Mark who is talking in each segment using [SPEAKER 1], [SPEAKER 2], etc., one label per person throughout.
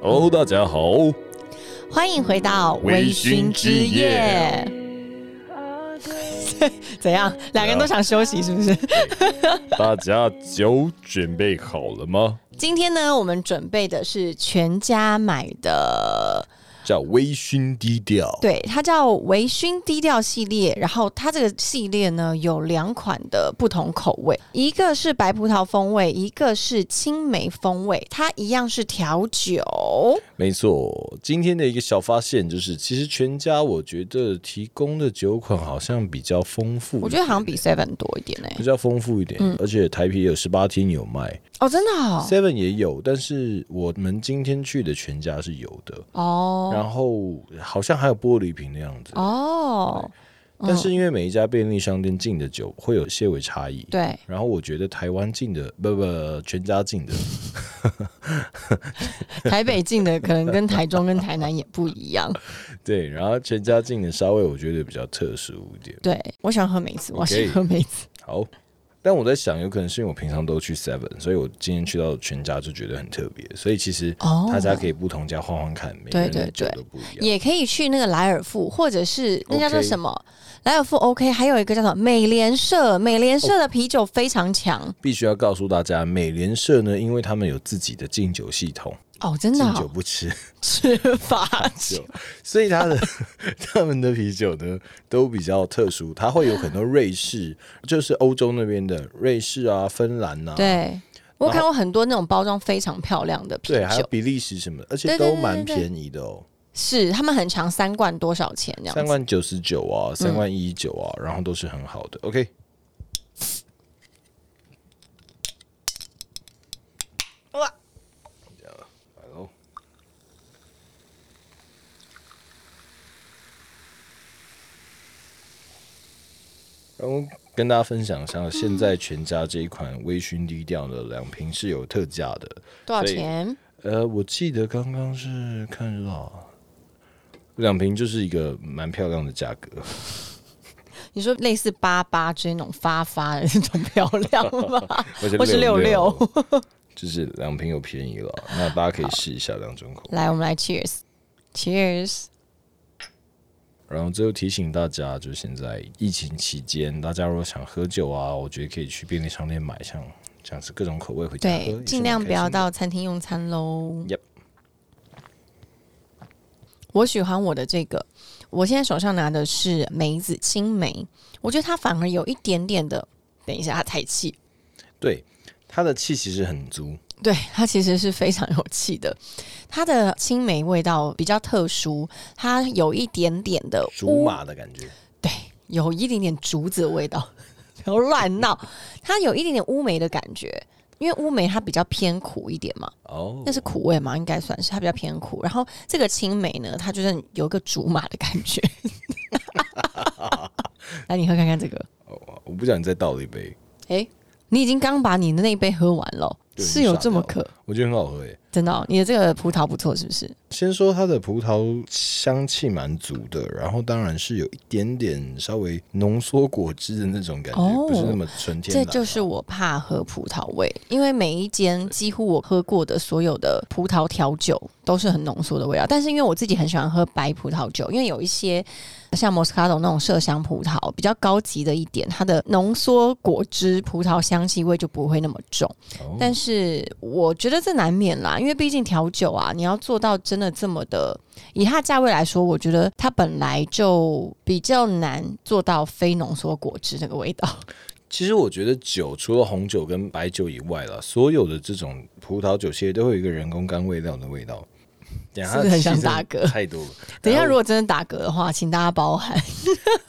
[SPEAKER 1] 哦，大家好，
[SPEAKER 2] 欢迎回到
[SPEAKER 1] 微醺之夜。
[SPEAKER 2] 怎样？两个人都想休息是不是？
[SPEAKER 1] 大家酒准备好了吗？
[SPEAKER 2] 今天呢，我们准备的是全家买的，
[SPEAKER 1] 叫微醺低调，
[SPEAKER 2] 对，它叫微醺低调系列。然后它这个系列呢，有两款的不同口味，一个是白葡萄风味，一个是青梅风味。它一样是调酒，
[SPEAKER 1] 没错。今天的一个小发现就是，其实全家我觉得提供的酒款好像比较丰富一点，
[SPEAKER 2] 我觉得好像比 Seven 多一点呢、欸
[SPEAKER 1] 比较丰富一点，而且台啤也有十八天有卖
[SPEAKER 2] 哦，真的哦，
[SPEAKER 1] ，Seven 也有，但是我们今天去的全家是有的，
[SPEAKER 2] 哦，
[SPEAKER 1] 然后好像还有玻璃瓶的样子。
[SPEAKER 2] 哦，
[SPEAKER 1] 但是因为每一家便利商店进的酒会有些微差异，
[SPEAKER 2] 对，
[SPEAKER 1] 然后我觉得台湾进的不不全家进的，
[SPEAKER 2] 台北进的可能跟台中跟台南也不一样。
[SPEAKER 1] 对，然后全家进的稍微我觉得比较特殊一点。
[SPEAKER 2] 对，我喜欢喝梅子，我喜欢喝梅子。
[SPEAKER 1] 好，但我在想，有可能是因为我平常都去 Seven，所以我今天去到全家就觉得很特别，所以其实
[SPEAKER 2] 哦
[SPEAKER 1] 大家可以不同家换换看，每个人
[SPEAKER 2] 对
[SPEAKER 1] 的
[SPEAKER 2] 对
[SPEAKER 1] 酒
[SPEAKER 2] 对
[SPEAKER 1] 都不一样。
[SPEAKER 2] 也可以去那个莱尔富，或者是那叫做
[SPEAKER 1] OK
[SPEAKER 2] 什么莱尔富 OK，还有一个叫什么美联
[SPEAKER 1] 哦
[SPEAKER 2] 社，美联社的啤酒非常强
[SPEAKER 1] 必须要告诉大家，美联社呢，因为他们有自己的敬酒系统，
[SPEAKER 2] 哦，真的
[SPEAKER 1] 敬酒
[SPEAKER 2] 哦、
[SPEAKER 1] 不吃
[SPEAKER 2] 吃法
[SPEAKER 1] 酒，所以他 的他们的啤酒呢都比较特殊，它会有很多瑞士，就是欧洲那边的瑞士啊、芬兰呐、啊，
[SPEAKER 2] 对。我有看过很多那种包装非常漂亮的啤
[SPEAKER 1] 对，还有
[SPEAKER 2] 酒，
[SPEAKER 1] 比利时什么的，而且
[SPEAKER 2] 对对
[SPEAKER 1] 都
[SPEAKER 2] 对
[SPEAKER 1] 蛮
[SPEAKER 2] 对对
[SPEAKER 1] 便宜的哦，
[SPEAKER 2] 是他们很常三罐多少钱这样
[SPEAKER 1] 三
[SPEAKER 2] 子？嗯
[SPEAKER 1] 万九十九啊，三万一九啊，然后都是很好的。OK，
[SPEAKER 2] 哇，
[SPEAKER 1] 来喽，然后跟大家分享一下，现在全家这一款微醺低调的两瓶是有特价的，
[SPEAKER 2] 多少
[SPEAKER 1] 所以
[SPEAKER 2] 钱？
[SPEAKER 1] 呃，我记得刚刚是看得到啊，两瓶就是一个蛮漂亮的价 格。
[SPEAKER 2] 你说类似八八之类那种发发的那种漂亮 吗？
[SPEAKER 1] 我
[SPEAKER 2] 我
[SPEAKER 1] 是
[SPEAKER 2] 是六
[SPEAKER 1] 六
[SPEAKER 2] 六，
[SPEAKER 1] 就是两瓶有便宜了，那大家可以试一下两种口味。
[SPEAKER 2] 来，我们来 cheers，cheers。
[SPEAKER 1] 然后最后提醒大家，就是现在疫情期间，大家如果想喝酒啊，我觉得可以去便利商店买，像这样子各种口味回家喝，也是
[SPEAKER 2] 对，
[SPEAKER 1] 蛮
[SPEAKER 2] 尽量不
[SPEAKER 1] 开
[SPEAKER 2] 要
[SPEAKER 1] 心的。
[SPEAKER 2] 到餐厅用餐喽。
[SPEAKER 1] Yep
[SPEAKER 2] 我喜欢我的这个，我现在手上拿的是梅子青梅，我觉得它反而有一点点的，等一下它太气，
[SPEAKER 1] 对，它的气其实很足，
[SPEAKER 2] 对它其实是非常有气的，它的青梅味道比较特殊，它有一点点的
[SPEAKER 1] 竹
[SPEAKER 2] 乌
[SPEAKER 1] 马的感觉。
[SPEAKER 2] 对，有一点点竹子的味道， 不要乱闹。它有一点点乌梅的感觉，因为乌梅它比较偏苦一点嘛，
[SPEAKER 1] 哦
[SPEAKER 2] 那，是苦味嘛，应该算是它比较偏苦。然后这个青梅呢，它就是有一个竹马的感 觉。来，你喝看看这个。
[SPEAKER 1] 哦我不想再倒了一杯，
[SPEAKER 2] 哎、你已经刚把你的那一杯喝完了，
[SPEAKER 1] 对
[SPEAKER 2] 是有这么
[SPEAKER 1] 我傻掉
[SPEAKER 2] 渴？
[SPEAKER 1] 我觉得很好喝耶。
[SPEAKER 2] 真的、哦，你的这个葡萄不错，是不是？
[SPEAKER 1] 先说它的葡萄香气蛮足的，然后当然是有一点点稍微浓缩果汁的那种感觉，
[SPEAKER 2] 哦
[SPEAKER 1] 不是那么纯天
[SPEAKER 2] 这
[SPEAKER 1] 然。
[SPEAKER 2] 就是我怕喝葡萄味，因为每一间几乎我喝过的所有的葡萄调酒都是很浓缩的味道。但是因为我自己很喜欢喝白葡萄酒，因为有一些像 Moscato 那种麝香葡萄比较高级的一点，它的浓缩果汁葡萄香气味就不会那么重。
[SPEAKER 1] 哦
[SPEAKER 2] 但是我觉得这难免啦，因为毕竟调酒啊，你要做到真的这么的，以它的价位来说，我觉得它本来就比较难做到非浓缩果汁那个味道。
[SPEAKER 1] 其实我觉得酒除了红酒跟白酒以外啦，所有的这种葡萄酒系列都会有一个人工甘味料的味道。等一下
[SPEAKER 2] 是不是很想
[SPEAKER 1] 它的
[SPEAKER 2] 打嗝
[SPEAKER 1] 气真的太多了。
[SPEAKER 2] 等一下，
[SPEAKER 1] 然
[SPEAKER 2] 如
[SPEAKER 1] 后
[SPEAKER 2] 果真的打嗝的话，请大家包 涵。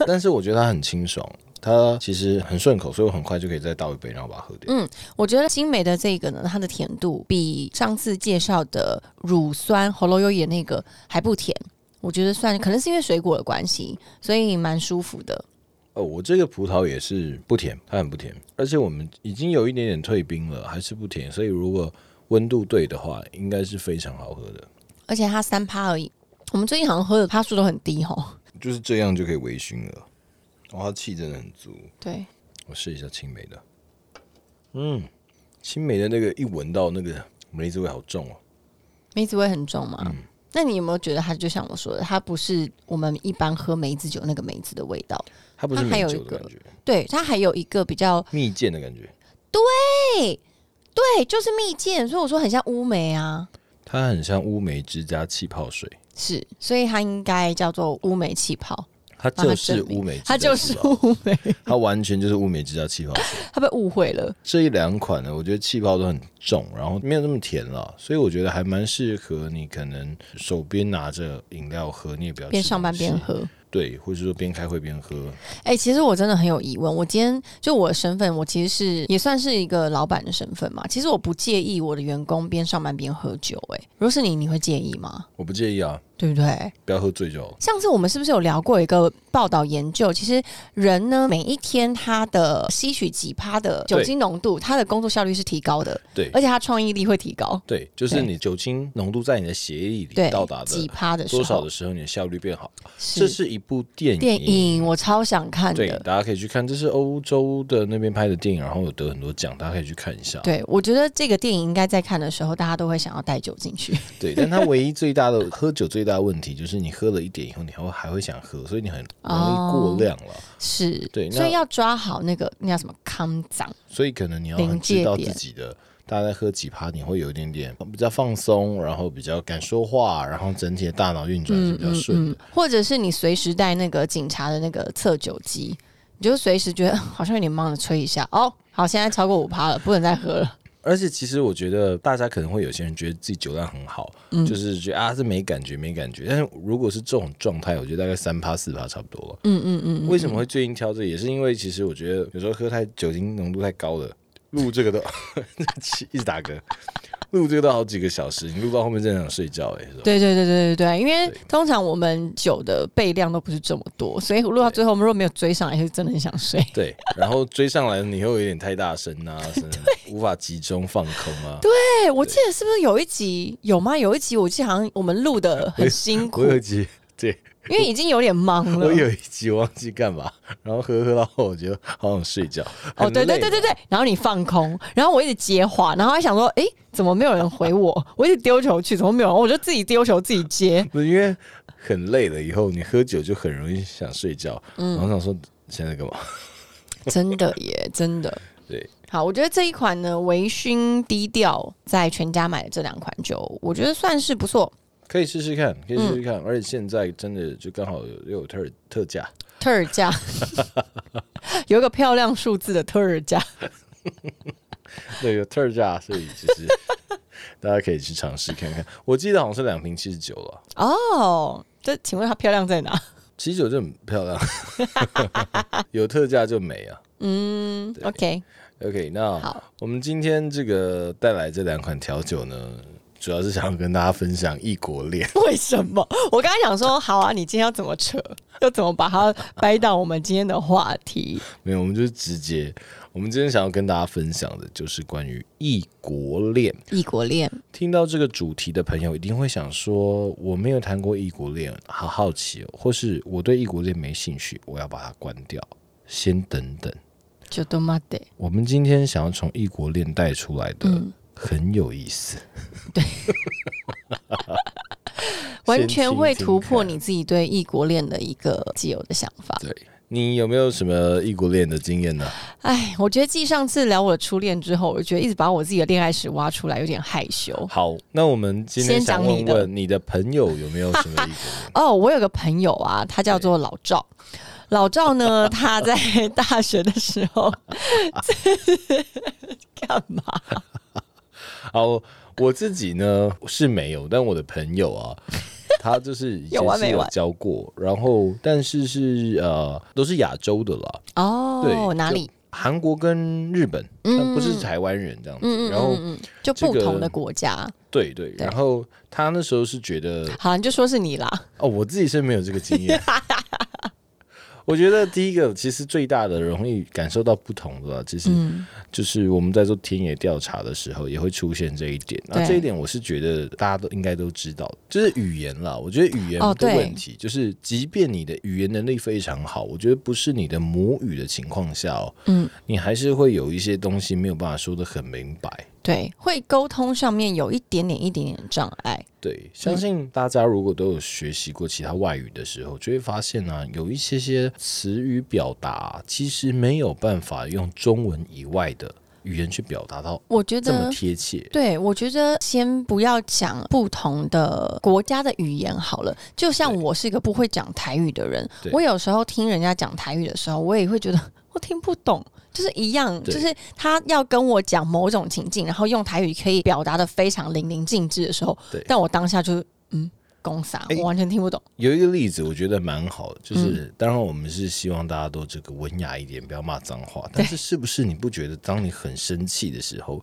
[SPEAKER 1] 但是我觉得它很清爽，它其实很顺口，所以我很快就可以再倒一杯，然后把它喝掉。
[SPEAKER 2] 嗯我觉得精美的这个呢，它的甜度比上次介绍的乳酸喉咙优野那个还不甜，我觉得算可能是因为水果的关系，所以蛮舒服的。
[SPEAKER 1] 哦，我这个葡萄也是不甜，它很不甜，而且我们已经有一点点退冰了，还是不甜，所以如果温度对的话，应该是非常好喝的。
[SPEAKER 2] 而且它三趴而已，我们最近好像喝的趴数都很低吼。
[SPEAKER 1] 就是这样就可以微醺了。哇、它气真的很足。
[SPEAKER 2] 对，
[SPEAKER 1] 我试一下青梅的，嗯，青梅的那个一闻到那个梅子味好重哦、
[SPEAKER 2] 梅子味很重吗？那你有没有觉得它就像我说的，它不是我们一般喝梅子酒那个梅子的味道？
[SPEAKER 1] 它不是
[SPEAKER 2] 它还
[SPEAKER 1] 梅
[SPEAKER 2] 有
[SPEAKER 1] 酒
[SPEAKER 2] 一
[SPEAKER 1] 的
[SPEAKER 2] 个
[SPEAKER 1] 感觉，
[SPEAKER 2] 对，它还有一个比较
[SPEAKER 1] 蜜饯的感觉，
[SPEAKER 2] 哎对，就是蜜饯，所以我说很像乌梅啊，
[SPEAKER 1] 它很像乌梅汁加气泡水，
[SPEAKER 2] 是，所以它应该叫做乌梅气泡，
[SPEAKER 1] 它
[SPEAKER 2] 帮
[SPEAKER 1] 就
[SPEAKER 2] 它
[SPEAKER 1] 是
[SPEAKER 2] 证明
[SPEAKER 1] 乌梅汁
[SPEAKER 2] 它
[SPEAKER 1] 加气泡水，
[SPEAKER 2] 就是乌 梅，
[SPEAKER 1] 它完全就是乌梅汁加气泡水。
[SPEAKER 2] 它被误会了。
[SPEAKER 1] 这一两款呢，我觉得气泡都很重，然后没有那么甜了，所以我觉得还蛮适合你可能手边拿着饮料喝，你也不要
[SPEAKER 2] 边
[SPEAKER 1] 吃
[SPEAKER 2] 上班
[SPEAKER 1] 东西
[SPEAKER 2] 边喝。
[SPEAKER 1] 对，或者说边开会边喝，
[SPEAKER 2] 哎、其实我真的很有疑问。我今天就我的身份，我其实是也算是一个老板的身份嘛。其实我不介意我的员工边上班边喝酒、哎，如果是你，你会介意吗？
[SPEAKER 1] 我不介意啊，
[SPEAKER 2] 对不对？
[SPEAKER 1] 不要喝醉就好。
[SPEAKER 2] 上次我们是不是有聊过一个报道研究？其实人呢，每一天他的吸取几趴的酒精浓度，他的工作效率是提高的，
[SPEAKER 1] 对
[SPEAKER 2] 而且他创意力会提高。
[SPEAKER 1] 对，就是
[SPEAKER 2] 对
[SPEAKER 1] 你酒精浓度在你的血液
[SPEAKER 2] 对
[SPEAKER 1] 里到达，的
[SPEAKER 2] 几趴的时候
[SPEAKER 1] 多少的时候，你的效率变好。这
[SPEAKER 2] 是
[SPEAKER 1] 是一部电影，
[SPEAKER 2] 电影，我超想看
[SPEAKER 1] 对，
[SPEAKER 2] 的。
[SPEAKER 1] 大家可以去看，这是欧洲的那边拍的电影，然后有得很多奖，大家可以去看一下。
[SPEAKER 2] 对，我觉得这个电影应该在看的时候，大家都会想要带酒进 去。
[SPEAKER 1] 对，但它唯一最大的 喝酒最大的问题就是你喝了一点以后，你还会还会想喝，所以你很容易
[SPEAKER 2] 哦
[SPEAKER 1] 过量了。
[SPEAKER 2] 是，
[SPEAKER 1] 对那
[SPEAKER 2] 所以要抓好那个那叫什么康长，
[SPEAKER 1] 所以可能你要
[SPEAKER 2] 临
[SPEAKER 1] 很
[SPEAKER 2] 界
[SPEAKER 1] 知道
[SPEAKER 2] 点
[SPEAKER 1] 自己的。大家在喝几趴，你会有一点点比较放松，然后比较敢说话，然后整体的大脑运转
[SPEAKER 2] 嗯
[SPEAKER 1] 是比较顺的。，
[SPEAKER 2] 或者是你随时带那个警察的那个测酒机，你就随时觉得嗯好像有点忙了，吹一下哦。好，现在超过五趴了，不能再喝 了。
[SPEAKER 1] 而且其实我觉得大家可能会有些人觉得自己酒量很好，
[SPEAKER 2] 嗯
[SPEAKER 1] 就是觉得啊这没感觉没感觉。但是如果是这种状态，我觉得大概三趴四趴差不多了。
[SPEAKER 2] 嗯嗯嗯，
[SPEAKER 1] 为什么会最近挑这个？也是因为其实我觉得有时候喝太酒精浓度太高了，录这个都 一直打嗝，录这个都好几个小时，你录到后面真的想睡觉哎、欸。
[SPEAKER 2] 对对对对对对，因为
[SPEAKER 1] 对
[SPEAKER 2] 通常我们酒的备量都不是这么多，所以录到最后，我们如果没有追上来，是真的很想睡。
[SPEAKER 1] 对，然后追上来你又有点太大声 啊，是无法集中放空啊。对，
[SPEAKER 2] 对，哎我记得是不是有一集有吗？有一集我记得好像我们录的很辛苦
[SPEAKER 1] 我，有一集，对
[SPEAKER 2] 因为已经有点忙 了。
[SPEAKER 1] 我有一集忘记干嘛， 然后喝喝到后我觉得好想睡觉。
[SPEAKER 2] 哦，
[SPEAKER 1] 很
[SPEAKER 2] 对对
[SPEAKER 1] 累
[SPEAKER 2] 对对对，然后你放空，然后我一直接话，然后还想说，诶，怎么没有人回我？我一直丢球去，怎么没有人？我就自己丢球自己接。
[SPEAKER 1] 不是因为很累了，以后你喝酒就很容易想睡觉。
[SPEAKER 2] 嗯
[SPEAKER 1] 然后想说现在干嘛？
[SPEAKER 2] 真的耶，真的。
[SPEAKER 1] 对，
[SPEAKER 2] 好，我觉得这一款呢，微醺低调，在全家买的这两款酒，我觉得算是不错。
[SPEAKER 1] 可以试试看，可以试试
[SPEAKER 2] 嗯
[SPEAKER 1] 看。而且现在真的就刚好有又有特特 价，
[SPEAKER 2] 特尔 价有一个漂亮数字的特尔价，
[SPEAKER 1] 对，有特价，所以其 实大家可以去尝试看看。我记得好像是两瓶七十九了，
[SPEAKER 2] 哦，这请问它漂亮在哪？
[SPEAKER 1] 七十九就很漂亮， 有特价就美啊。
[SPEAKER 2] 嗯，OK，
[SPEAKER 1] OK，那
[SPEAKER 2] 好，
[SPEAKER 1] 我们今天这个带来这两款调酒呢，主要是想要跟大家分享异国恋。
[SPEAKER 2] 为什么？ 我刚才想说，好啊，你今天要怎么扯，要怎么把它掰到我们今天的话题？
[SPEAKER 1] 没有，我们就是直接。我们今天想要跟大家分享的就是关于异国恋。
[SPEAKER 2] 异国恋，
[SPEAKER 1] 听到这个主题的朋友一定会想说：“我没有谈过异国恋，好好奇哦。”或是“我对异国恋没兴趣，我要把它关掉。”先等等，
[SPEAKER 2] 就都妈的，
[SPEAKER 1] 我们今天想要从异国恋带出来的、
[SPEAKER 2] 嗯
[SPEAKER 1] 很有意思，
[SPEAKER 2] 完全会
[SPEAKER 1] 先听听看
[SPEAKER 2] 突破你自己对异国恋的一个既有的想法。
[SPEAKER 1] 对你有没有什么异国恋的经验呢？
[SPEAKER 2] 哎，我觉得继上次聊我的初恋之后，我觉得一直把我自己的恋爱史挖出来，有点害羞。
[SPEAKER 1] 好，那我们今天
[SPEAKER 2] 先讲
[SPEAKER 1] 想问
[SPEAKER 2] 你的
[SPEAKER 1] 问你的朋友有没有什么异国恋？
[SPEAKER 2] 哦，我有个朋友啊，他叫做老赵。老赵呢，他在大学的时候 干嘛？
[SPEAKER 1] 好，我自己呢是没有，但我的朋友 啊，他就是以前
[SPEAKER 2] 有完
[SPEAKER 1] 是
[SPEAKER 2] 没
[SPEAKER 1] 有
[SPEAKER 2] 完
[SPEAKER 1] 交过，然后但是是呃都是亚洲的啦，
[SPEAKER 2] 哦，
[SPEAKER 1] 对，
[SPEAKER 2] 哪里嗯
[SPEAKER 1] 就？？韩国跟日本，但不是台湾人这样子。
[SPEAKER 2] 嗯嗯
[SPEAKER 1] 然后
[SPEAKER 2] 嗯嗯，就
[SPEAKER 1] 这
[SPEAKER 2] 不
[SPEAKER 1] 个
[SPEAKER 2] 同的国家。
[SPEAKER 1] 对对，然后他那时候是觉得
[SPEAKER 2] 好，你就说是你啦。
[SPEAKER 1] 哦，我自己是没有这个经验。 我觉得第一个其实最大的容易感受到不同的啊，其实
[SPEAKER 2] 嗯，
[SPEAKER 1] 就是我们在做田野调查的时候也会出现这一点。那
[SPEAKER 2] 对
[SPEAKER 1] 这一点我是觉得大家都应该都知道，就是语言啦。我觉得语言
[SPEAKER 2] 哦
[SPEAKER 1] 的
[SPEAKER 2] 对
[SPEAKER 1] 问题，就是即便你的语言能力非常好，我觉得不是你的母语的情况下、哦，
[SPEAKER 2] 嗯，
[SPEAKER 1] 你还是会有一些东西没有办法说的很明白。
[SPEAKER 2] 对，会沟通上面有一点点一点点障碍。
[SPEAKER 1] 对，相信大家如果都有学习过其他外语的时候，就会发现呢、有一些些词语表达其实没有办法用中文以外的语言去表达到
[SPEAKER 2] 我觉
[SPEAKER 1] 这么
[SPEAKER 2] 得
[SPEAKER 1] 贴切。
[SPEAKER 2] 对，我觉得先不要讲不同的国家的语言好了。就像
[SPEAKER 1] 对
[SPEAKER 2] 我是一个不会讲台语的人，
[SPEAKER 1] 对
[SPEAKER 2] 我有时候听人家讲台语的时候，我也会觉得我听不懂。就是一样，
[SPEAKER 1] 对
[SPEAKER 2] 就是他要跟我讲某种情境，然后用台语可以表达的非常淋漓尽致的时候
[SPEAKER 1] 对，
[SPEAKER 2] 但我当下就是嗯，公傻，
[SPEAKER 1] 哎
[SPEAKER 2] 我完全听不懂。
[SPEAKER 1] 有一个例子，我觉得蛮好的，就是、当然我们是希望大家都这个文雅一点，不要骂脏话。但是是不是你不觉得，当你很生气的时候，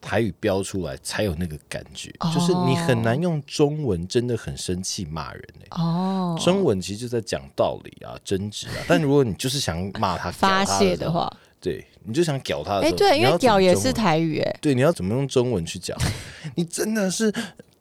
[SPEAKER 1] 台语飙出来才有那个感觉？
[SPEAKER 2] 哦
[SPEAKER 1] 就是你很难用中文真的很生气骂人欸
[SPEAKER 2] 哦，
[SPEAKER 1] 中文其实就在讲道理 啊、争执啊，但如果你就是想骂他、
[SPEAKER 2] 发
[SPEAKER 1] 屌他
[SPEAKER 2] 泄
[SPEAKER 1] 时
[SPEAKER 2] 的
[SPEAKER 1] 候，
[SPEAKER 2] 话，
[SPEAKER 1] 对，你就想屌他的
[SPEAKER 2] 哎、
[SPEAKER 1] 时候，
[SPEAKER 2] 对，因
[SPEAKER 1] 你要怎
[SPEAKER 2] 为
[SPEAKER 1] 么
[SPEAKER 2] 屌也
[SPEAKER 1] 中
[SPEAKER 2] 是
[SPEAKER 1] 文，
[SPEAKER 2] 台语、哎，
[SPEAKER 1] 对，你要怎么用中文去 讲？你真的是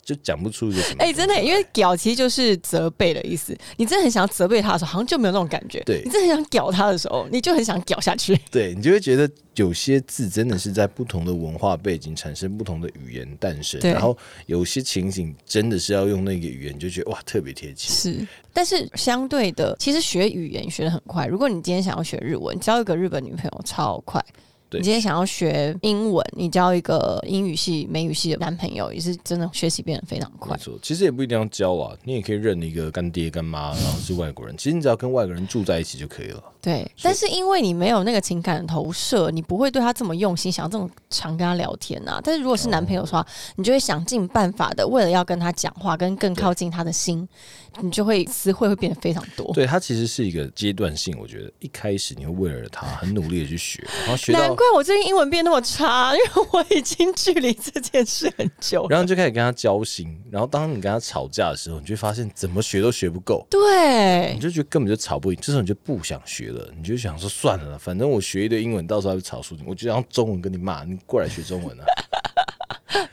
[SPEAKER 1] 就讲不出一个什么，
[SPEAKER 2] 哎、真的，因为屌其实就是责备的意思。你真的很想责备他的时候，好像就没有那种感觉。
[SPEAKER 1] 对
[SPEAKER 2] 你真的很想屌他的时候，你就很想屌下去。
[SPEAKER 1] 对你就会觉得有些字真的是在不同的文化背景产生不同的语言诞生，
[SPEAKER 2] 对
[SPEAKER 1] 然后有些情景真的是要用那个语言，你就觉得哇特别贴切。
[SPEAKER 2] 是，但是相对的，其实学语言学的很快。如果你今天想要学日文，交一个日本女朋友超快。
[SPEAKER 1] 对
[SPEAKER 2] 你今天想要学英文，你交一个英语系、美语系的男朋友，也是真的学习变得非常
[SPEAKER 1] 没
[SPEAKER 2] 快。
[SPEAKER 1] 错，其实也不一定要教啊，你也可以认一个干爹干妈，然后是外国人。其实你只要跟外国人住在一起就可以了。
[SPEAKER 2] 对，但是因为你没有那个情感的投射，你不会对他这么用心，想要这么常跟他聊天啊。但是如果是男朋友的话，
[SPEAKER 1] 哦
[SPEAKER 2] 你就会想尽办法的，为了要跟他讲话，跟更靠近他的心，你就会词汇会变得非常多。
[SPEAKER 1] 对，它其实是一个阶段性，我觉得一开始你会为了他很努力的去 学，然后学
[SPEAKER 2] 难
[SPEAKER 1] 到，
[SPEAKER 2] 怪我最近英文变那么差，因为我已经距离这件事很久了。
[SPEAKER 1] 然后就开始跟他交心，然后当你跟他吵架的时候，你就会发现怎么学都学不够。
[SPEAKER 2] 对
[SPEAKER 1] 你，就觉得根本就吵不赢，这时候你就不想学了，你就想说算了啦，反正我学一堆英文，到时候还会吵输你，我就用中文跟你骂，你过来学中文啊。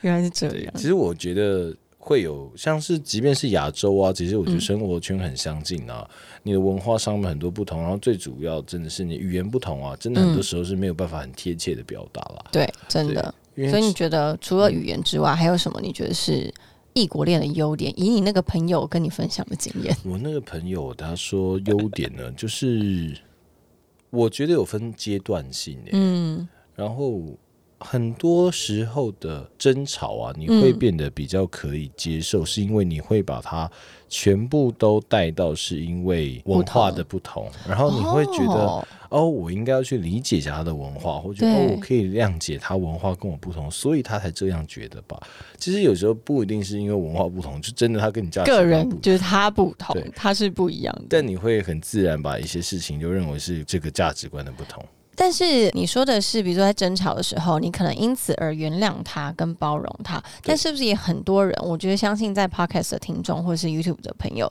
[SPEAKER 2] 原来是这
[SPEAKER 1] 对
[SPEAKER 2] 样，。
[SPEAKER 1] 其实我觉得会有像是，即便是亚洲啊，其实
[SPEAKER 2] 嗯
[SPEAKER 1] 我觉得生活圈很相近啊，你的文化上面很多不同，然后最主要真的是你语言不同啊，真的很
[SPEAKER 2] 嗯
[SPEAKER 1] 多时候是没有办法很贴切的表达啦。
[SPEAKER 2] 对，真的。
[SPEAKER 1] 因
[SPEAKER 2] 所以
[SPEAKER 1] 为
[SPEAKER 2] 你觉得除
[SPEAKER 1] 嗯
[SPEAKER 2] 了语言之外，还有什么你觉得是异国恋的优点？以你那个朋友跟你分享的经验，
[SPEAKER 1] 我那个朋友他说优点 呢，就是我觉得有分阶段性的、
[SPEAKER 2] 嗯，
[SPEAKER 1] 然后很多时候的争吵啊，你会变得比较可以接受，是因为你会把它全部都带到，是因为文化的不同，然后你会觉得哦
[SPEAKER 2] 哦
[SPEAKER 1] 我应该要去理解一下他的文化，或者
[SPEAKER 2] 对
[SPEAKER 1] 哦，我可以谅解他文化跟我不同，所以他才这样觉得吧。其实有时候不一定是因为文化不同，就真的他跟你价值
[SPEAKER 2] 个
[SPEAKER 1] 观呃不
[SPEAKER 2] 人
[SPEAKER 1] 一样。
[SPEAKER 2] 就是他不
[SPEAKER 1] 对
[SPEAKER 2] 同，他是不一样的。
[SPEAKER 1] 但你会很自然把一些事情就认为是这个价值观的不同，
[SPEAKER 2] 但是你说的是，比如说在争吵的时候，你可能因此而原谅他跟包容他，但是不是也很多人？我觉得相信在 podcast 的听众或是 YouTube 的朋友。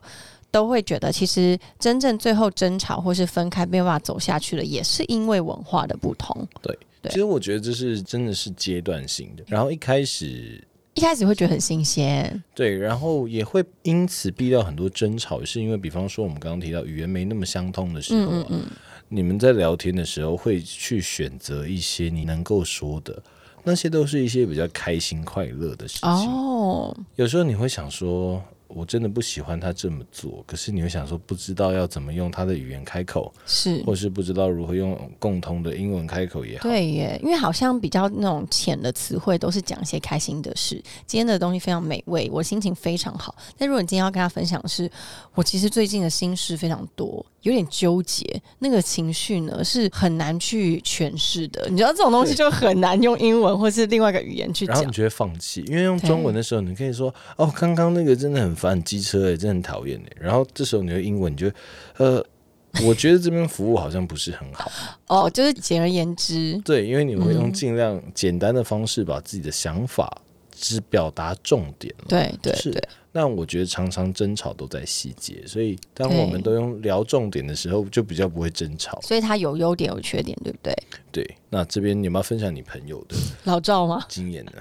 [SPEAKER 2] 都会觉得，其实真正最后争吵或是分开没有办法走下去的，也是因为文化的不同。对
[SPEAKER 1] 其实我觉得这是真的是阶段性的。然后一开始
[SPEAKER 2] 一开始会觉得很新鲜，
[SPEAKER 1] 对，然后也会因此避掉很多争吵，是因为比方说我们刚刚提到语言没那么相通的时候、
[SPEAKER 2] 嗯
[SPEAKER 1] 啊，你们在聊天的时候会去选择一些你能够说的，那些都是一些比较开心快乐的事情。
[SPEAKER 2] 哦，
[SPEAKER 1] 有时候你会想说，我真的不喜欢他这么做，可是你会想说，不知道要怎么用他的语言开口，
[SPEAKER 2] 是，
[SPEAKER 1] 或是不知道如何用共同的英文开口也好。
[SPEAKER 2] 嗯对耶，因为好像比较那种浅的词汇都是讲一些开心的事，今天的东西非常美味，我心情非常好。但如果你今天要跟他分享的是，我其实最近的心事非常多，有点纠结，那个情绪呢是很难去诠释的。你知道这种东西
[SPEAKER 1] 对
[SPEAKER 2] 就很难用英文或是另外一个语言去
[SPEAKER 1] 然后
[SPEAKER 2] 讲
[SPEAKER 1] 你。就会放弃，因为用中文的时候，你可以说哦，刚刚那个真的很烦，很机车哎、真的很讨厌 哎。然后这时候你的英文，你就呃，我觉得这边服务好像不是很 好，
[SPEAKER 2] 哦，就是简而言之，
[SPEAKER 1] 对，因为你会用
[SPEAKER 2] 嗯
[SPEAKER 1] 尽量简单的方式把自己的想法只表达重点了。
[SPEAKER 2] 对对
[SPEAKER 1] 是
[SPEAKER 2] 对，
[SPEAKER 1] 那我觉得常常争吵都在细节，所以当我们都用聊重点的时候，就比较不会争吵。
[SPEAKER 2] 所以它有优点有缺点，对不对？
[SPEAKER 1] 对，那这边你们要分享你朋友的
[SPEAKER 2] 老赵吗？
[SPEAKER 1] 经验 呢？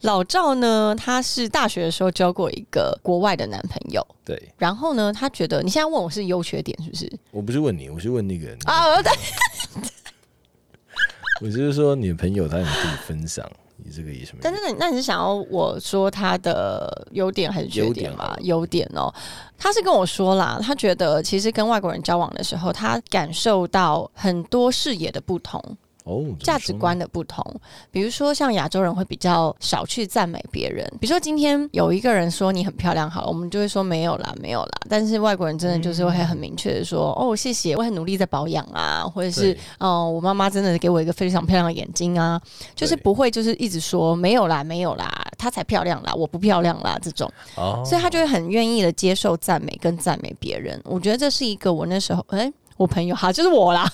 [SPEAKER 2] 老赵呢，他是大学的时候交过一个国外的男朋友，
[SPEAKER 1] 对
[SPEAKER 2] 然后呢，他觉得你现在问我是优缺点是不是？
[SPEAKER 1] 我不是问你，我是问那个人，
[SPEAKER 2] 啊，对，
[SPEAKER 1] 我就是说你的朋友他有跟你分享你这个意思没
[SPEAKER 2] 但？是那你那你是想要我说他的优点还是缺点吧？优点哦，他是跟我说啦，他觉得其实跟外国人交往的时候，他感受到很多视野的不同。
[SPEAKER 1] 哦，怎么
[SPEAKER 2] 价值
[SPEAKER 1] 说呢
[SPEAKER 2] 观的不同。比如说，像亚洲人会比较少去赞美别人。比如说，今天有一个人说你很漂亮，好了，我们就会说没有啦，没有啦。但是外国人真的就是会很明确的说，哦，谢谢，我很努力在保养啊，或者是
[SPEAKER 1] 对，
[SPEAKER 2] 嗯、我妈妈真的给我一个非常漂亮的眼睛啊，就是
[SPEAKER 1] 对
[SPEAKER 2] 不会就是一直说没有啦，没有啦，她才漂亮啦，我不漂亮啦这种。
[SPEAKER 1] 哦，
[SPEAKER 2] 所以他就会很愿意的接受赞美跟赞美别人。我觉得这是一个我那时候，哎、我朋友哈，就是我啦。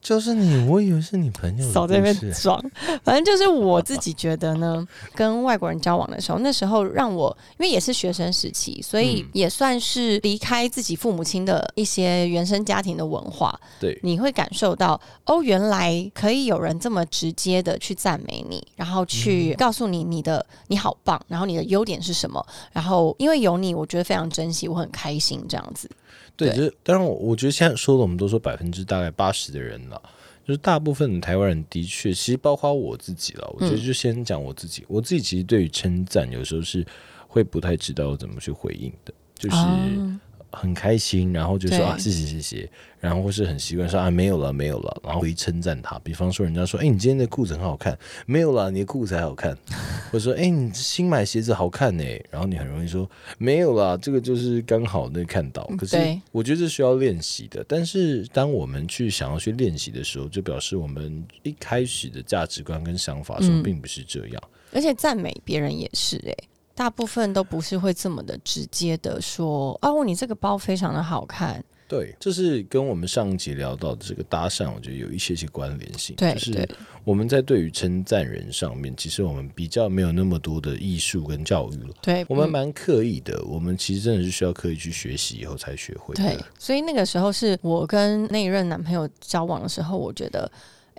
[SPEAKER 1] 就是你，我以为是你朋友的
[SPEAKER 2] 少在那
[SPEAKER 1] 故
[SPEAKER 2] 边
[SPEAKER 1] 事
[SPEAKER 2] 装。反正就是我自己觉得呢，跟外国人交往的时候，那时候让我因为也是学生时期，所以
[SPEAKER 1] 嗯
[SPEAKER 2] 也算是离开自己父母亲的一些原生家庭的文化，
[SPEAKER 1] 对
[SPEAKER 2] 你会感受到哦，原来可以有人这么直接的去赞美你，然后
[SPEAKER 1] 嗯
[SPEAKER 2] 去告诉你你的你好棒，然后你的优点是什么，然后因为有你，我觉得非常珍惜，我很开心这样子。
[SPEAKER 1] 对，
[SPEAKER 2] 对
[SPEAKER 1] 就是当然我我觉得现在说的我们都说百分之大概八十的人了。就是大部分的台湾人的确，其实包括我自己
[SPEAKER 2] 嗯
[SPEAKER 1] 了。我觉得就先讲我自己，我自己其实对于称赞有时候是会不太知道怎么去回应的，就是
[SPEAKER 2] 哦
[SPEAKER 1] 很开心，然后就说
[SPEAKER 2] 对
[SPEAKER 1] 啊谢谢谢谢，然后或是很习惯说啊没有了没有了，然后回称赞他。比方说人家说哎、你今天的裤子很好看，没有了你的裤子还好看， 或者说哎、你新买鞋子好看呢、然后你很容易说没有啦，这个就是刚好那看到。可是
[SPEAKER 2] 对
[SPEAKER 1] 我觉得这需要练习的，但是当我们去想要去练习的时候，就表示我们一开始的价值观跟想法说
[SPEAKER 2] 嗯
[SPEAKER 1] 并不是这样。
[SPEAKER 2] 而且赞美别人也是诶、大部分都不是会这么的直接的说，哦，你这个包非常的好看，
[SPEAKER 1] 对，这是跟我们上一集聊到的这个搭讪，我觉得有一些些关联性。
[SPEAKER 2] 对
[SPEAKER 1] 就是
[SPEAKER 2] 对
[SPEAKER 1] 我们在对于称赞人上面，其实我们比较没有那么多的艺术跟教育了。
[SPEAKER 2] 对，
[SPEAKER 1] 我们
[SPEAKER 2] 嗯
[SPEAKER 1] 蛮刻意的，我们其实真的是需要刻意去学习以后才学会
[SPEAKER 2] 对
[SPEAKER 1] 的。，
[SPEAKER 2] 所以那个时候是我跟那一任男朋友交往的时候，我觉得。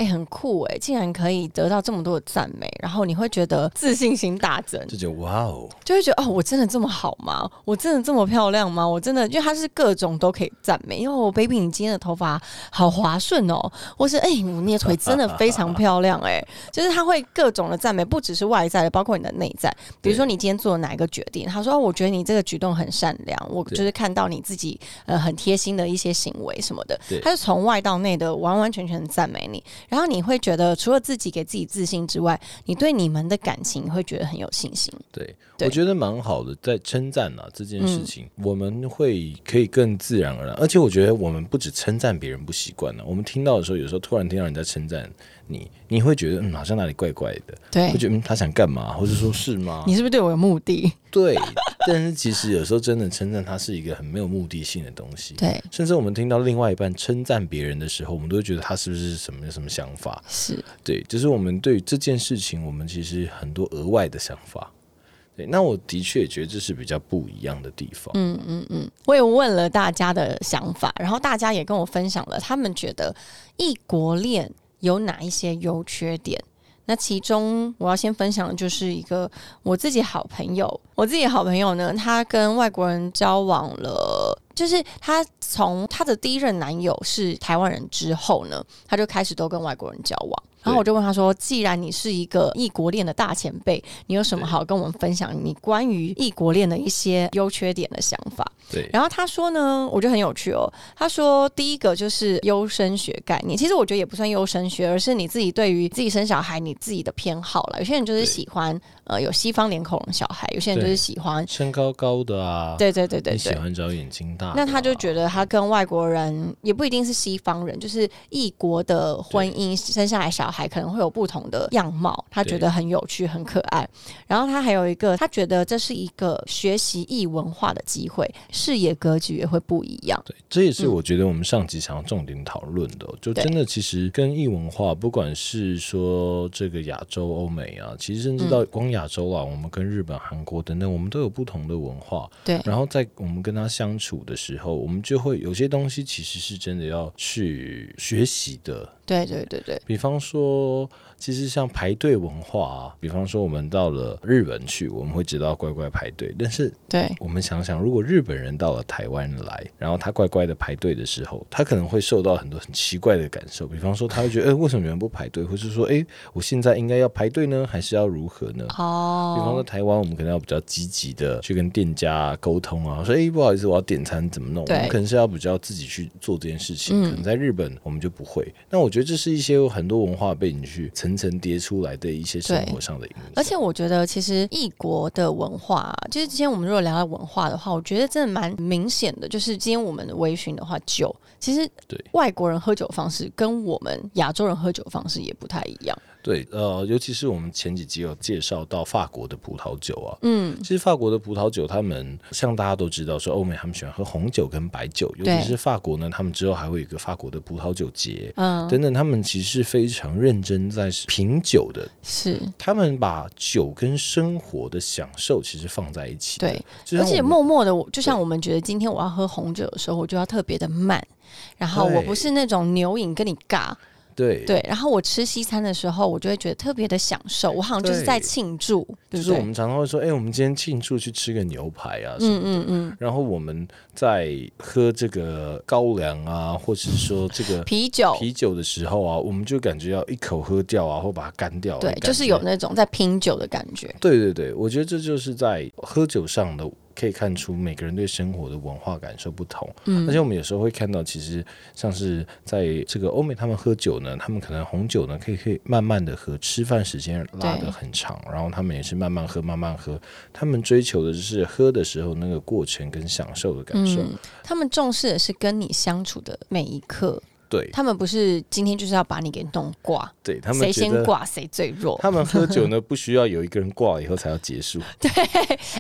[SPEAKER 2] 哎、很酷哎、竟然可以得到这么多的赞美，然后你会觉得自信心大增，
[SPEAKER 1] 这就哇哦，
[SPEAKER 2] 就会觉得哦，我真的这么好吗？我真的这么漂亮吗？我真的，因为他是各种都可以赞美，因为我 baby 你今天的头发好滑顺哦，或是哎、我你的腿真的非常漂亮哎、就是他会各种的赞美，不只是外在的，包括你的内在。比如说你今天做了哪一个决定，他说、哦、我觉得你这个举动很善良，我就是看到你自己呃很贴心的一些行为什么的
[SPEAKER 1] 对，
[SPEAKER 2] 他就从外到内的完完全全地赞美你，然后你会觉得除了自己给自己自信之外，你对你们的感情会觉得很有信心。
[SPEAKER 1] 对，
[SPEAKER 2] 对嗯
[SPEAKER 1] 我觉得蛮好的，在称赞啊这件事情，我们会可以更自然而然，而且我觉得我们不止称赞别人不习惯了，啊我们听到的时候，有时候突然听到人家称赞你，你会觉得嗯，好像哪里怪怪的，
[SPEAKER 2] 对
[SPEAKER 1] 会觉得嗯，他想干嘛，或者说是吗？
[SPEAKER 2] 你是不是对我有目的？
[SPEAKER 1] 对，但是其实有时候真的称赞它是一个很没有目的性的东西。
[SPEAKER 2] 对，
[SPEAKER 1] 甚至我们听到另外一半称赞别人的时候，我们都会觉得他是不是什么有什么想法？
[SPEAKER 2] 是
[SPEAKER 1] 对，就是我们对于这件事情，我们其实很多额外的想法。对，那我的确觉得这是比较不一样的地方。嗯，
[SPEAKER 2] 我也问了大家的想法，然后大家也跟我分享了他们觉得异国恋有哪一些优缺点。那其中我要先分享的就是一个我自己好朋友，我自己好朋友呢，她跟外国人交往了，就是她从她的第一任男友是台湾人之后呢，她就开始都跟外国人交往。然后我就问她说：“既然你是一个异国恋的大前辈，你有什么好跟我们分享你关于异国恋的一些优缺点的想法？”
[SPEAKER 1] 对，
[SPEAKER 2] 然后他说呢，我觉得很有趣哦。他说第一个就是优生学概念，其实我觉得也不算优生学，而是你自己对于自己生小孩你自己的偏好了。有些人就是
[SPEAKER 1] 对
[SPEAKER 2] 喜欢呃有西方脸孔的小孩，有些人就是
[SPEAKER 1] 对
[SPEAKER 2] 喜欢，
[SPEAKER 1] 身高高的啊，
[SPEAKER 2] 对对对对
[SPEAKER 1] 你
[SPEAKER 2] 对
[SPEAKER 1] 喜。欢找眼睛大的啊、
[SPEAKER 2] 那他就觉得他跟外国人也不一定是西方人，就是异国的婚姻生下来小小孩可能会有不同的样貌，他觉得很有趣、很可爱。然后他还有一个，他觉得这是一个学习异文化的机会，视野格局也会不一样。
[SPEAKER 1] 对，这也是我觉得我们上集想要重点讨论的哦、就真的其实跟异文化，不管是说这个亚洲、欧美啊，其实甚至到光亚洲啊，我们跟日本、韩国等等，我们都有不同的文化。
[SPEAKER 2] 对
[SPEAKER 1] 然后在我们跟他相处的时候，我们就会有些东西其实是真的要去学习的。
[SPEAKER 2] 对对对对，
[SPEAKER 1] 比方说，其实像排队文化啊，比方说我们到了日本去，我们会知道乖乖排队，但是
[SPEAKER 2] 对
[SPEAKER 1] 我们想想，如果日本人到了台湾来，然后他乖乖的排队的时候，他可能会受到很多很奇怪的感受，比方说他会觉得，哎、为什么你们不排队，或是说，哎、我现在应该要排队呢，还是要如何呢？比方说
[SPEAKER 2] 哦，
[SPEAKER 1] 台湾，我们可能要比较积极的去跟店家沟通啊，说，哎、不好意思，我要点餐怎么弄？我
[SPEAKER 2] 对
[SPEAKER 1] 们可能是要比较自己去做这件事情，
[SPEAKER 2] 嗯
[SPEAKER 1] 可能在日本我们就不会。那我觉得这是一些有很多文化被你去层层叠出来的一些生活上的影响。
[SPEAKER 2] 而且我觉得其实异国的文化啊，就是之前我们如果聊到文化的话，我觉得真的蛮明显的，就是今天我们的微醺的话，酒其实
[SPEAKER 1] 对
[SPEAKER 2] 外国人喝酒方式跟我们亚洲人喝酒方式也不太一样。
[SPEAKER 1] 对，呃，尤其是我们前几集有介绍到法国的葡萄酒啊，
[SPEAKER 2] 嗯，
[SPEAKER 1] 其实法国的葡萄酒，他们像大家都知道，说欧美他们喜欢喝红酒跟白酒，尤
[SPEAKER 2] 对
[SPEAKER 1] 其是法国呢，他们之后还会有一个法国的葡萄酒节。
[SPEAKER 2] 嗯，
[SPEAKER 1] 等等，他们其实是非常认真在品酒的，
[SPEAKER 2] 是
[SPEAKER 1] 他们把酒跟生活的享受其实放在一起。，
[SPEAKER 2] 对，
[SPEAKER 1] 就
[SPEAKER 2] 而
[SPEAKER 1] 像
[SPEAKER 2] 且
[SPEAKER 1] 我们
[SPEAKER 2] 默默的，我就像我们觉得今天我要喝红酒的时候，我就要特别的慢，然后我
[SPEAKER 1] 对
[SPEAKER 2] 不是那种牛饮跟你尬，
[SPEAKER 1] 对
[SPEAKER 2] 对，然后我吃西餐的时候，我就会觉得特别的享受，我好像就是在
[SPEAKER 1] 对
[SPEAKER 2] 庆祝，对
[SPEAKER 1] 就
[SPEAKER 2] 不
[SPEAKER 1] 是我
[SPEAKER 2] 对？
[SPEAKER 1] 们常常会说，哎、我们今天庆祝去吃个牛排啊，
[SPEAKER 2] 嗯嗯嗯，
[SPEAKER 1] 然后我们在喝这个高粱啊，或是说这个
[SPEAKER 2] 啤酒，
[SPEAKER 1] 啤酒的时候啊，我们就感觉要一口喝掉啊，或把它干掉啊。
[SPEAKER 2] 对，
[SPEAKER 1] 感觉
[SPEAKER 2] 就是有。那种在拼酒的感觉，
[SPEAKER 1] 对对对，我觉得这就是在喝酒上的，可以看出每个人对生活的文化感受不同。而
[SPEAKER 2] 嗯，
[SPEAKER 1] 且我们有时候会看到，其实像是在这个欧美，他们喝酒呢，他们可能红酒呢，可以可以慢慢的喝，吃饭时间拉
[SPEAKER 2] 对
[SPEAKER 1] 得很长，然后他们也是慢慢喝，慢慢喝。他们追求的是喝的时候那个过程跟享受的感受。
[SPEAKER 2] 嗯，他们重视的是跟你相处的每一刻，
[SPEAKER 1] 对
[SPEAKER 2] 他们不是今天就是要把你给弄挂，
[SPEAKER 1] 对，他
[SPEAKER 2] 谁
[SPEAKER 1] 们觉
[SPEAKER 2] 先
[SPEAKER 1] 得
[SPEAKER 2] 挂谁最弱，
[SPEAKER 1] 他们喝酒呢，不需要有一个人挂了以后才要结束。
[SPEAKER 2] 对，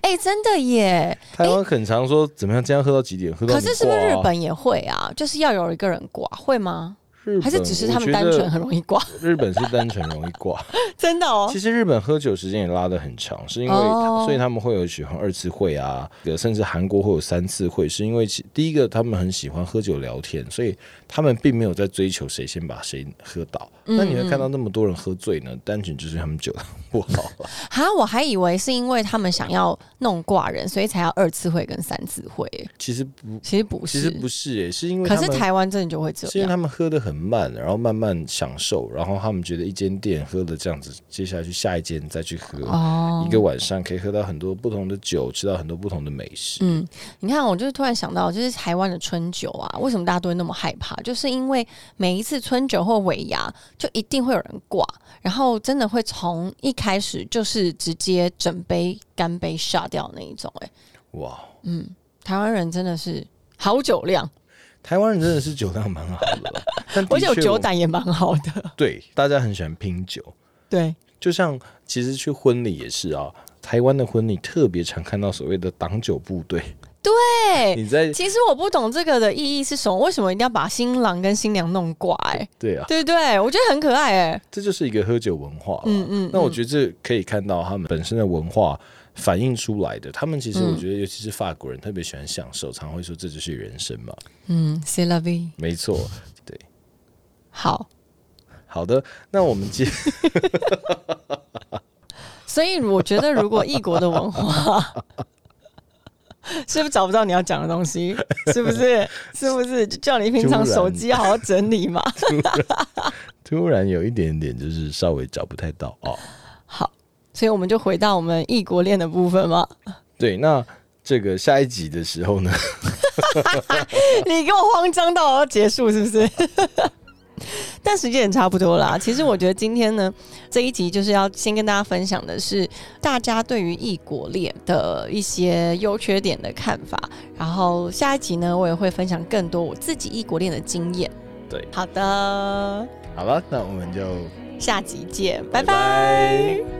[SPEAKER 2] 哎、真的耶，
[SPEAKER 1] 台湾很常说怎么样，今天喝到几点？喝到
[SPEAKER 2] 可
[SPEAKER 1] 你
[SPEAKER 2] 是是不是
[SPEAKER 1] 挂啊
[SPEAKER 2] 日？本也会啊？就是要有一个人挂，会吗？
[SPEAKER 1] 日本
[SPEAKER 2] 还是只是他们
[SPEAKER 1] 我觉
[SPEAKER 2] 单
[SPEAKER 1] 得
[SPEAKER 2] 纯很容易挂？
[SPEAKER 1] 日本是单纯容易挂。
[SPEAKER 2] 真的 哦
[SPEAKER 1] 其，实日本喝酒时间也拉得很长，是因为、
[SPEAKER 2] 哦
[SPEAKER 1] 所以他们会有喜欢二次会啊，甚至韩国会有三次会，是因为其第一个他们很喜欢喝酒聊天，所以他们并没有在追求谁先把谁喝倒。
[SPEAKER 2] 嗯
[SPEAKER 1] 那你会看到那么多人喝醉呢，单纯就是他们酒量不好 啊。
[SPEAKER 2] 哈，我还以为是因为他们想要弄挂人，所以才要二次会跟三次会，
[SPEAKER 1] 其实不，
[SPEAKER 2] 其实不
[SPEAKER 1] 嗯其
[SPEAKER 2] 是。
[SPEAKER 1] 实不是耶、是因为
[SPEAKER 2] 可
[SPEAKER 1] 他
[SPEAKER 2] 是
[SPEAKER 1] 们
[SPEAKER 2] 台湾真的就会这
[SPEAKER 1] 是因为
[SPEAKER 2] 样，
[SPEAKER 1] 他们喝的很慢，然后慢慢享受，然后他们觉得一间店喝的这样子，接下来去下一间再去喝，
[SPEAKER 2] 哦
[SPEAKER 1] 一个晚上可以喝到很多不同的酒，吃到很多不同的美食。
[SPEAKER 2] 嗯，你看，我就是突然想到，就是台湾的春酒啊，为什么大家都会那么害怕？就是因为每一次春酒或尾牙，就一定会有人挂，然后真的会从一开始就是直接整杯干杯下掉那一种、哎，
[SPEAKER 1] 哇，
[SPEAKER 2] 台湾人真的是好酒量，
[SPEAKER 1] 台湾人真的是酒量蛮好的啦，但的
[SPEAKER 2] 而且我
[SPEAKER 1] 确
[SPEAKER 2] 酒
[SPEAKER 1] 我
[SPEAKER 2] 胆也蛮好的。
[SPEAKER 1] 对大家很喜欢拼酒，
[SPEAKER 2] 对，
[SPEAKER 1] 就像其实去婚礼也是啊。台湾的婚礼特别常看到所谓的挡酒部队，
[SPEAKER 2] 对，
[SPEAKER 1] 你在
[SPEAKER 2] 其实我不懂这个的意义是什么，为什么一定要把新郎跟新娘弄挂、哎，
[SPEAKER 1] 对啊，
[SPEAKER 2] 对不对？我觉得很可爱、哎，
[SPEAKER 1] 这就是一个喝酒文化啦
[SPEAKER 2] 嗯嗯
[SPEAKER 1] 那我觉得这可以看到他们本身的文化反映出来的。他们其实我觉得，尤其是法国人特别喜欢享受，常会说这就是人生嘛。
[SPEAKER 2] 嗯，c'est la vie。
[SPEAKER 1] 没错，
[SPEAKER 2] 好，
[SPEAKER 1] 好的，那我们接
[SPEAKER 2] 所以我觉得，如果异国的文化， 是不是找不到你要讲的东西？是不是？是不是？就叫你平常手机好好整理嘛。
[SPEAKER 1] 突然有一点点就是稍微找不太到哦。
[SPEAKER 2] 好，所以我们就回到我们异国恋的部分嘛。
[SPEAKER 1] 对，那这个下一集的时候呢，
[SPEAKER 2] 你给我慌张到我要结束是不是？ 但时间也差不多啦。其实我觉得今天呢，这一集就是要先跟大家分享的是大家对于异国恋的一些优缺点的看法。然后下一集呢，我也会分享更多我自己异国恋的经验。
[SPEAKER 1] 对，
[SPEAKER 2] 好的，
[SPEAKER 1] 好了，那我们就
[SPEAKER 2] 下集见，拜
[SPEAKER 1] 拜
[SPEAKER 2] 拜
[SPEAKER 1] 拜